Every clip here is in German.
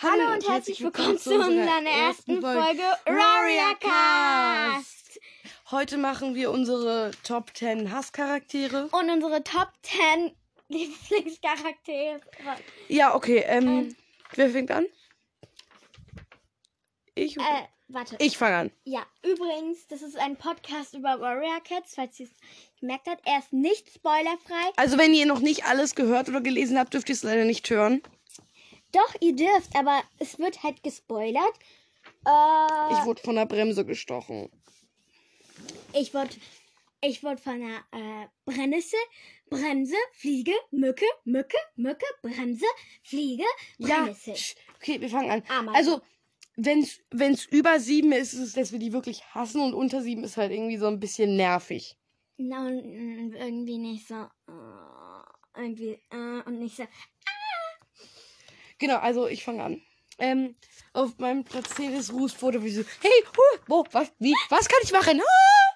Hallo, und herzlich willkommen zu unserer ersten Folge Rariacast. Heute machen wir unsere Top 10 Hasscharaktere. Und unsere Top 10 Lieblingscharaktere. Ja, okay. Ähm. Ähm, wer fängt an? Ich. Äh, warte. Ich fange an. Ja, übrigens, das ist ein Podcast über Warrior Cats, falls ihr es gemerkt habt. Er ist nicht spoilerfrei. Also, wenn ihr noch nicht alles gehört oder gelesen habt, dürft ihr es leider nicht hören. Doch, ihr dürft, aber es wird halt gespoilert. Äh, Ich wurde von der Bremse gestochen. ich wurde ich wurde von einer äh, Brennnessel, Bremse, Fliege, Mücke, Mücke, Mücke, Bremse, Fliege, Ja. Brennnessel. sch- Okay, wir fangen an. Ameise. Also, wenn's, wenn's über sieben ist, ist es, dass wir die wirklich hassen und unter sieben ist halt irgendwie so ein bisschen nervig. Na, und mm, irgendwie nicht so. äh, Irgendwie. äh, Und nicht so. Genau, also ich fange an. Ähm, auf meinem Platz 10 ist Ruß wurde wie so, hey, huh, wo, was, wie, was kann ich machen? Ah!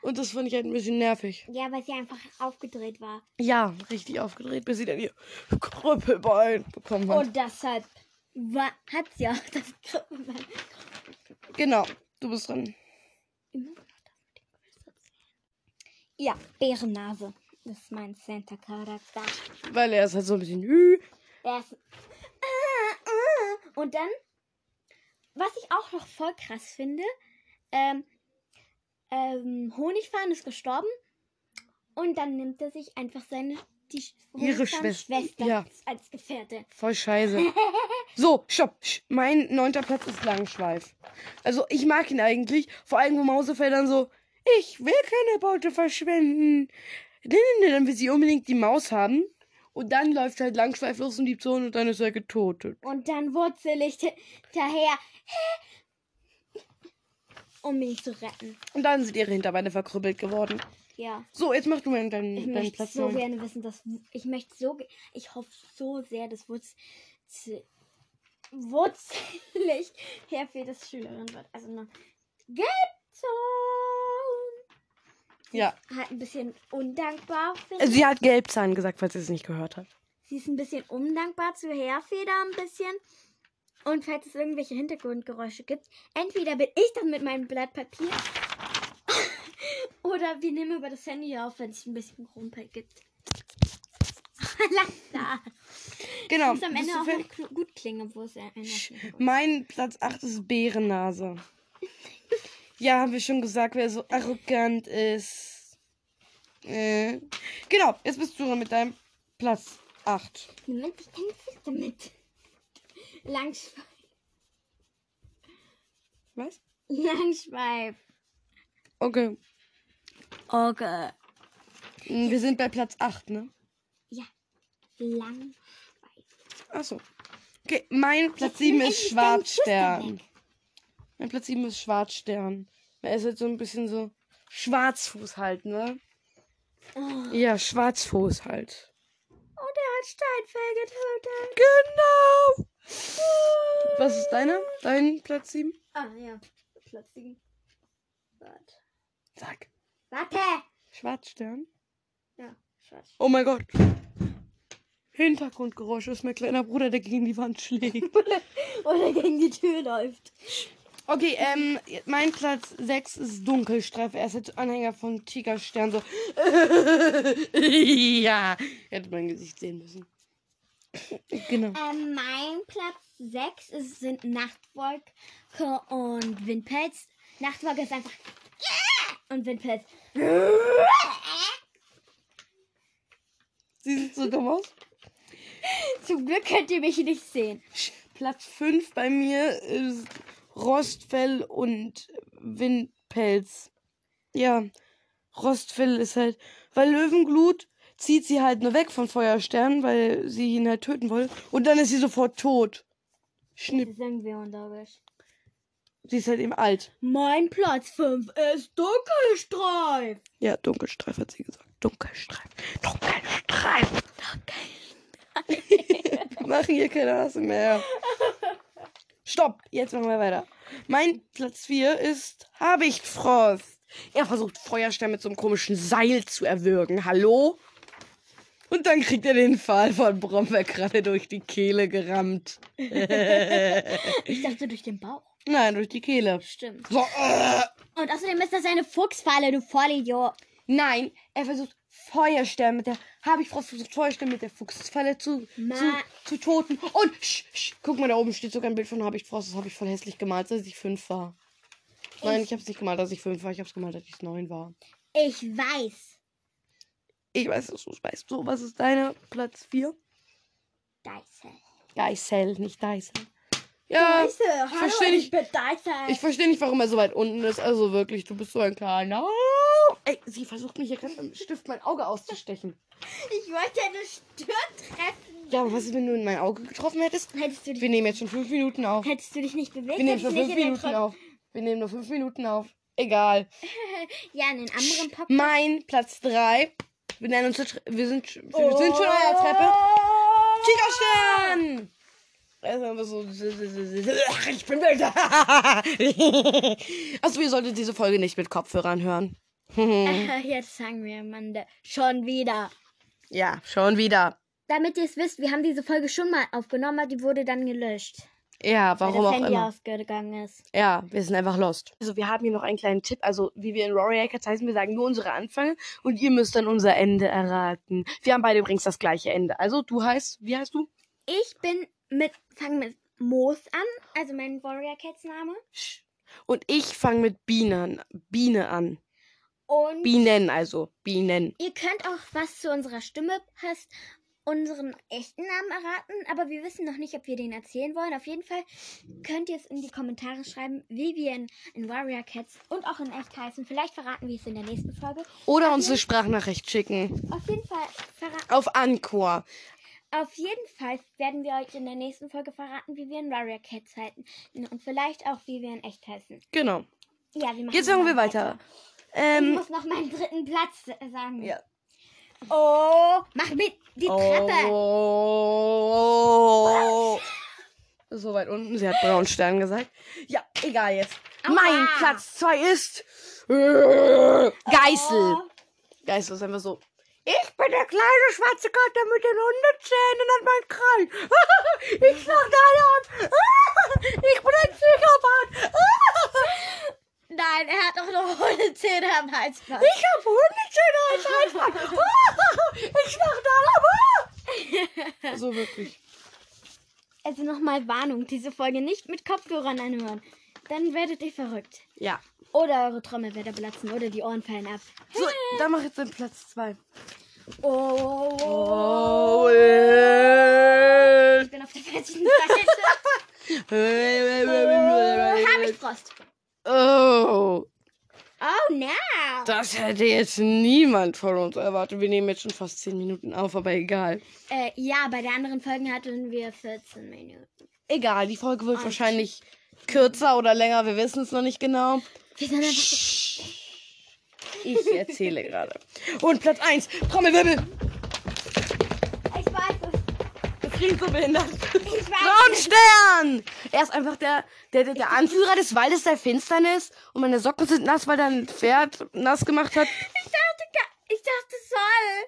Und das fand ich halt ein bisschen nervig. Ja, weil sie einfach aufgedreht war. Ja, richtig aufgedreht, bis sie dann ihr Krüppelbein bekommen hat. Und deshalb war, hat sie auch das Krippenbein. genau, du bist dran. Immer noch damit die Größe zu- Ja, Bärennase. Das ist mein Santa-Charakter. Weil er ist halt so ein bisschen, hü. Der ist. Ah, ah. Und dann, was ich auch noch voll krass finde, ähm, ähm, Honigfahren ist gestorben und dann nimmt er sich einfach seine die Sch- Ihre Honigfahren- Schwester. Ja. als Gefährte. voll scheiße. So, stopp. sch- Mein neunter Platz ist Langschweif. Also ich mag ihn eigentlich, vor allem wo Mausefeld dann so, ich will keine Beute verschwenden. Denn dann will sie unbedingt die Maus haben. Und dann läuft halt Langschweif los und die Zone und dann ist er getötet. Und dann wurzelig d- daher, um mich zu retten. Und dann sind ihre Hinterbeine verkrüppelt geworden. Ja. So, jetzt mach du mal Ich deinen, deinen möchte Platz so neun. gerne wissen, dass ich möchte so, ge- ich hoffe so sehr, dass Wurz z- wurzelig herfällt, dass Schülerin wird. Also noch Gelbzahn. Ja. Also, Halt ein bisschen undankbar. Finde ich. Sie hat Gelbzahn gesagt, falls ihr es nicht gehört habt. Sie ist ein bisschen undankbar zu Herfeder ein bisschen. Und falls es irgendwelche Hintergrundgeräusche gibt, entweder bin ich dann mit meinem Blatt Papier oder wir nehmen über das Handy auf, wenn es ein bisschen Rumpel gibt. Lass da. Genau. muss am Ende bist du auch fertig? noch klu- gut klingen, wo es er- einer Sch- klingt. Mein Platz 8 ist Bärennase. Ja, haben wir schon gesagt, wer so arrogant ist. Äh, genau, jetzt bist du dran mit deinem Platz 8. Moment, ich kenne es damit. Langschweif. Was? Langschweif. Okay. Okay. Mm, Wir sind bei Platz 8, ne? Ja. Lang. Achso. Okay, mein Platz Jetzt nimm 7 ist endlich deinen Twister Schwarzstern. weg. Mein Platz 7 ist Schwarzstern. Er ist halt so ein bisschen so Schwarzfuß halt, ne? Oh, Ja, Schwarzfuß halt. und er hat Steinfell getötet. Genau. Was ist deiner? Dein Platz 7? Ah, ja. Platz sieben. Warte. Sag. Warte! Schwarzstern. Ja, scheiße. Oh mein Gott. Hintergrundgeräusch ist mein kleiner Bruder, der gegen die Wand schlägt. Oder gegen die Tür läuft. Okay, ähm, mein Platz 6 ist Dunkelstreife. Er ist jetzt Anhänger von Tigerstern. So. ja. Hätte mein Gesicht sehen müssen. Genau. Ähm, mein Platz 6 ist, sind Nachtwolke und Windpelz. Nachtwolke ist einfach und Windpelz. Sie sieht so dumm aus. Zum Glück könnt ihr mich nicht sehen. Sch- Platz 5 bei mir ist Rostfell und Windpelz. Ja, Rostfell ist halt, weil Löwenglut zieht sie halt nur weg von Feuerstern, weil sie ihn halt töten wollte. Und dann ist sie sofort tot. Das Schnipp. ist irgendwie unlogisch. Sie ist halt eben alt. Mein Platz 5 ist Dunkelstreif. Ja, Dunkelstreif hat sie gesagt. Dunkelstreif. Dunkelstreif. wir machen hier keine Hasse mehr. Stopp, jetzt machen wir weiter. Mein Platz 4 ist Habichtfrost. Er versucht Feuerstern mit so einem komischen Seil zu erwürgen. Hallo? Und dann kriegt er den Pfahl von Brombeer gerade durch die Kehle gerammt. Ich dachte durch den Bauch. Nein, durch die Kehle. Stimmt. So, äh. Und außerdem ist das eine Fuchsfalle, du Vollidiot. Nein, er versucht Feuerstern mit der. Habe ich versucht, Feuerstern mit der Fuchsfalle zu, Ma- zu, zu toten. Und sch, sch, guck mal, da oben steht sogar ein Bild von Habicht Frost. Das habe ich voll hässlich gemalt, als ich fünf war. Nein, ich habe es nicht gemalt, als ich fünf war. Ich habe es gemalt, als ich neun war. Ich weiß. Ich weiß es, ich weiß so. Was ist deine Platz 4? Deißel. Geisel, nicht Deisel. Ja, Deißel, hallo, versteh ich nicht. bin Deißel. ich verstehe nicht, warum er so weit unten ist. Also wirklich, du bist so ein kleiner. Ey, sie versucht mich hier gerade mit dem Stift mein Auge auszustechen. Ich wollte eine Stirn treffen. Ja, aber was ist, wenn du in mein Auge getroffen hättest? Hättest du dich, Wir nehmen jetzt schon fünf Minuten auf. hättest du dich nicht bewegt, Wir nehmen nur hätte ich fünf nicht in den Minuten auf. Kopf. Wir nehmen nur fünf Minuten auf. Egal. Ja, in den anderen Pop. Mein Platz 3. Wir, nennen uns, jetzt- wir, sind, wir sind schon an der Treppe. Oh. Chica-Stern! Er ist einfach so. "Ach, Ich bin wild. Also, ihr solltet diese Folge nicht mit Kopfhörern hören. Äh, Jetzt sagen wir, Mann, da- schon wieder. Ja, schon wieder. Damit ihr es wisst, wir haben diese Folge schon mal aufgenommen, aber die wurde dann gelöscht. Ja, warum weil das auch Handy immer. ausgegangen ist. Ja, wir sind einfach lost. Also wir haben hier noch einen kleinen Tipp. Also wie wir in Rory Hackers heißen, wir sagen nur unsere Anfänge und ihr müsst dann unser Ende erraten. Wir haben beide übrigens das gleiche Ende. Also du heißt, wie heißt du? Ich bin mit, fange mit Moos an, also mein Warrior Cats Name. Und ich fange mit Biene an. Biene an. Und Bienen also. Bienen. ihr könnt auch was zu unserer Stimme passt, unseren echten Namen erraten, aber wir wissen noch nicht, ob wir den erzählen wollen. Auf jeden Fall könnt ihr es in die Kommentare schreiben, wie wir in, in Warrior Cats und auch in echt heißen. Vielleicht verraten wir es in der nächsten Folge. Oder uns eine Sprachnachricht schicken. Auf jeden Fall verraten. Auf Anchor. Auf jeden Fall werden wir euch in der nächsten Folge verraten, wie wir in Warrior Cats halten. Und vielleicht auch, wie wir in echt heißen. Genau. Ja, wir machen Jetzt sagen wir weiter. Ich Ähm, muss noch meinen dritten Platz äh, sagen. Ja. Oh, mach mit die Treppe. Oh. So weit unten. Sie hat Braunstern gesagt. Ja, egal jetzt. Aua. Mein Platz 2 ist Geißel. Oh, Geißel ist einfach so. Ich bin der kleine schwarze Kater mit den Hundezähnen an meinen Krallen. ich schlag da an. ich bin ein Psychopath. nein, er hat auch noch hohe Zähne am Hals. Mann. ich hab Hundezähne als Halsband. ich schlag da an. so wirklich. Also nochmal Warnung, diese Folge nicht mit Kopfhörern anhören. Dann werdet ihr verrückt. Ja. Oder eure Trommel wird platzen oder die Ohren fallen ab. So, dann mach jetzt den Platz 2. Oh, Oh, äh. ich bin auf der falschen Seite. Hab ich Frost. oh, Oh, no. das hätte jetzt niemand von uns erwartet. Wir nehmen jetzt schon fast 10 Minuten auf, aber egal. Äh, ja, bei der anderen Folge hatten wir 14 Minuten. Egal, die Folge wird wahrscheinlich kürzer oder länger, wir wissen es noch nicht genau. Wir sind einfach... Ich erzähle gerade. Und Platz 1, Trommelwirbel. Ich weiß es. Das klingt so behindert. Ich weiß es. Braunstern! Er ist einfach der, der, der, der Anführer des Waldes der Finsternis und meine Socken sind nass, weil er ein Pferd nass gemacht hat. Ich dachte, ga- ich dachte soll.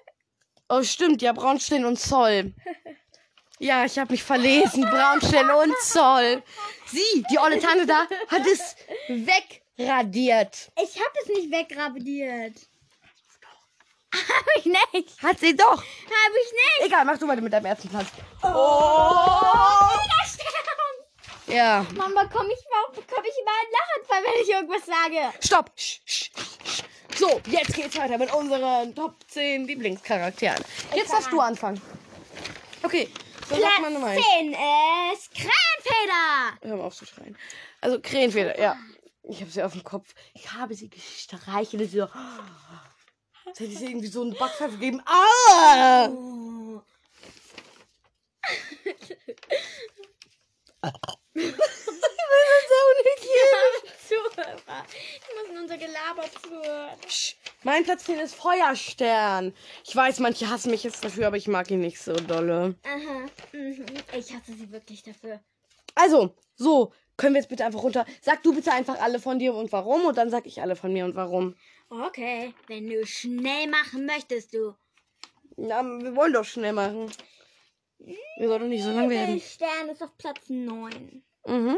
Oh, stimmt, ja, Braunstein und Zoll. Ja, ich habe mich verlesen. Braunstein und Zoll. Sie, die olle Tanne da, hat es wegradiert. Ich habe es nicht wegradiert. Habe ich nicht. Hat sie doch. Habe ich nicht. Egal, mach du weiter mit deinem ersten Platz. Oh, Oh! Widerstand. Ja. Mama, komm ich, warum bekomme ich immer einen Lachanfall, wenn ich irgendwas sage? Stopp. Sch, sch, sch. So, jetzt geht's weiter mit unseren Top 10 Lieblingscharakteren. Jetzt darfst du anfangen. Okay, dann sag mal eine Platz Meinung. 10 ist Krähenfeder. Hör mal auf zu schreien. Also Krähenfeder, ja. Ich habe sie auf dem Kopf. Ich habe sie gestreichelt. und Sie so, Jetzt hätte ich sie irgendwie so einen Backpfeif gegeben. Ah! Oh. Zuhörer. Ich muss in unser Gelaber zuhören. Psch, Mein Platz 10 ist Feuerstern. Ich weiß, manche hassen mich jetzt dafür, aber ich mag ihn nicht so dolle. Aha. Mhm. Ich hasse sie wirklich dafür. Also, so, können wir jetzt bitte einfach runter. Sag du bitte einfach alle von dir und warum und dann sag ich alle von mir und warum. Okay, wenn du schnell machen möchtest, du. Na, wir wollen doch schnell machen. Wir sollen doch nicht so lang werden. Stern ist auf Platz 9. Mhm.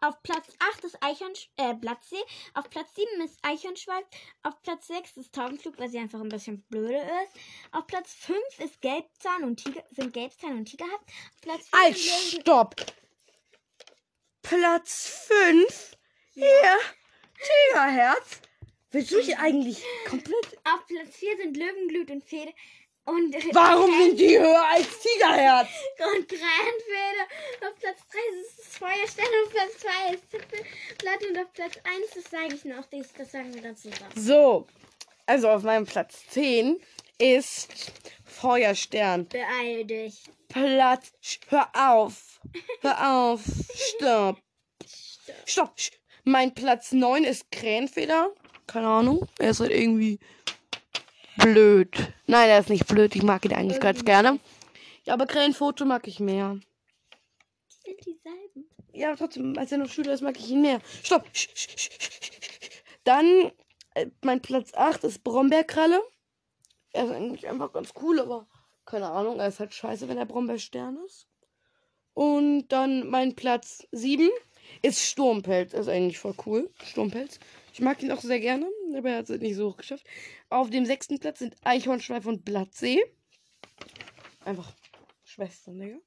Auf Platz 8 ist Eichhorn, äh, Platzsee. Auf Platz 7 ist Eichhornschweif. Auf Platz 6 ist Taubenflug, weil sie einfach ein bisschen blöde ist. Auf Platz 5 ist Gelbzahn und Tiger, sind Gelbzahn und Tigerhaft. Auf Platz 4 Halt, sind stopp! Platz 5? Ja. Tigerherz? Willst du mich eigentlich komplett. Auf Platz 4 sind Löwenglut und Feder und Warum sind die höher als Tigerherz? und Krähenfeder. Auf Platz 3 ist das Feuerstern, auf Platz 2 ist Zipfelblatt und auf Platz 1, das sage ich noch, das das sagen wir dann zusammen. So, also auf meinem Platz 10 ist Feuerstern. Beeil dich. Platz. Sch- Hör auf. Hör auf. Stopp. Stopp. Sch- Mein Platz 9 ist Krähenfeder. Keine Ahnung. Er ist halt irgendwie blöd. Nein, er ist nicht blöd. Ich mag ihn eigentlich ganz gerne. Ja, aber Krähenfoto mag ich mehr. Die sind dieselben. Ja, aber trotzdem, als er noch Schüler ist, mag ich ihn mehr. Stopp. Sch- sch- sch- sch- sch- sch. Dann, äh, mein Platz 8 ist Brombeerkralle. Er ist eigentlich einfach ganz cool, aber keine Ahnung, er ist halt scheiße, wenn er Brombeerstern ist. Und dann mein Platz 7 ist Sturmpelz. Er ist eigentlich voll cool. Sturmpelz. Ich mag ihn auch sehr gerne, aber er hat es halt nicht so hoch geschafft. Auf dem sechsten Platz sind Eichhornschweif und Blattsee. Einfach Schwestern, Digga.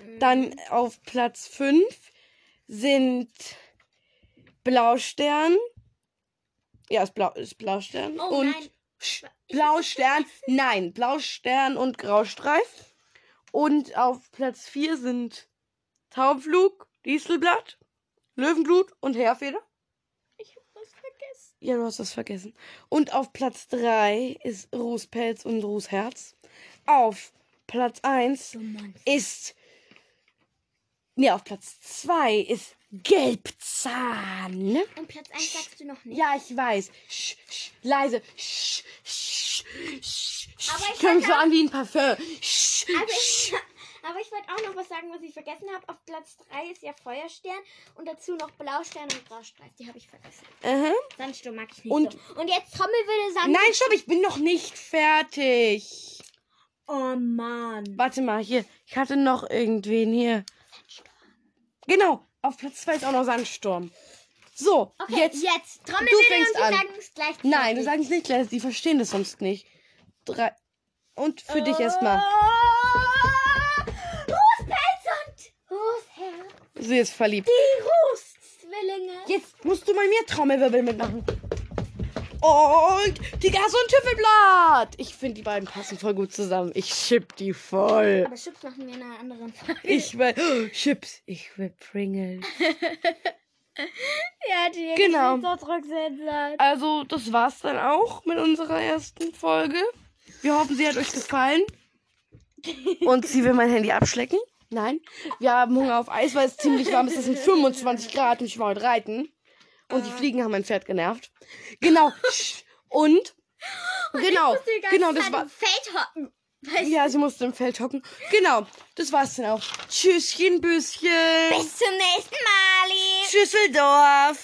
Mhm. Dann auf Platz 5 sind Blaustern. Ja, ist, Blau, ist Blaustern. Oh und nein. Sch- Blaustern. Nein, Blaustern und Graustreif. Und auf Platz 4 sind Taubenflug, Dieselblatt, Löwenblut und Heerfeder. Ich hab was vergessen. Ja, du hast das vergessen. Und auf Platz 3 ist Rußpelz und Rußherz. Auf Platz 1 Du Monster. ist. Nee, auf Platz 2 ist Gelbzahn. Und Platz 1 sagst du noch nicht. Ja, ich weiß. Sch, sch, leise. Sch, sch, sch, sch. Aber ich Klingt sag so auch- an wie ein Parfum. Sch, sch. Aber Also ich, aber ich wollte auch noch was sagen, was ich vergessen habe. Auf Platz 3 ist ja Feuerstern und dazu noch Blaustern und Graustreif. Die habe ich vergessen. Aha. Sandsturm mag Also ich nicht Und- so. Und jetzt Trommelwirbel Sand. Äh, Nein, stopp, ich bin noch nicht fertig. Oh Mann. Warte mal, hier. Ich hatte noch irgendwen hier. Genau, auf Platz 2 ist auch noch Sandsturm. So, Okay, jetzt jetzt, Trommelwirbel fängst und wir an. sagen es gleich. Nein, du sagst nicht gleich, die verstehen das sonst nicht. Drei. Und für dich erstmal. Rußpelz Oh, und Rußherz. Sie ist verliebt. Die Rußzwillinge. Jetzt musst du mal mir Trommelwirbel mitmachen. Und die Gas und Tüffelblatt. Ich finde, die beiden passen voll gut zusammen. Ich ship die voll. Aber Chips machen wir in einer anderen Folge. Ich will oh, Chips. Ich will Pringles. Ja, die Genau. so zurücksetzen. Also, das war's dann auch mit unserer ersten Folge. Wir hoffen, sie hat euch gefallen. Und sie will mein Handy abschlecken. Nein, wir haben Hunger auf Eis, weil es ziemlich warm ist. Es sind 25 Grad und ich war heute reiten. Und die Fliegen haben mein Pferd genervt. Genau. Sch- Und. Genau, musste die ganze genau, das Zeit war. im Feld hocken. Weißt Ja, sie musste im Feld hocken. Genau, das war's dann auch. Tschüsschen, Büsschen. Bis zum nächsten Mal. ihr Schüsseldorf.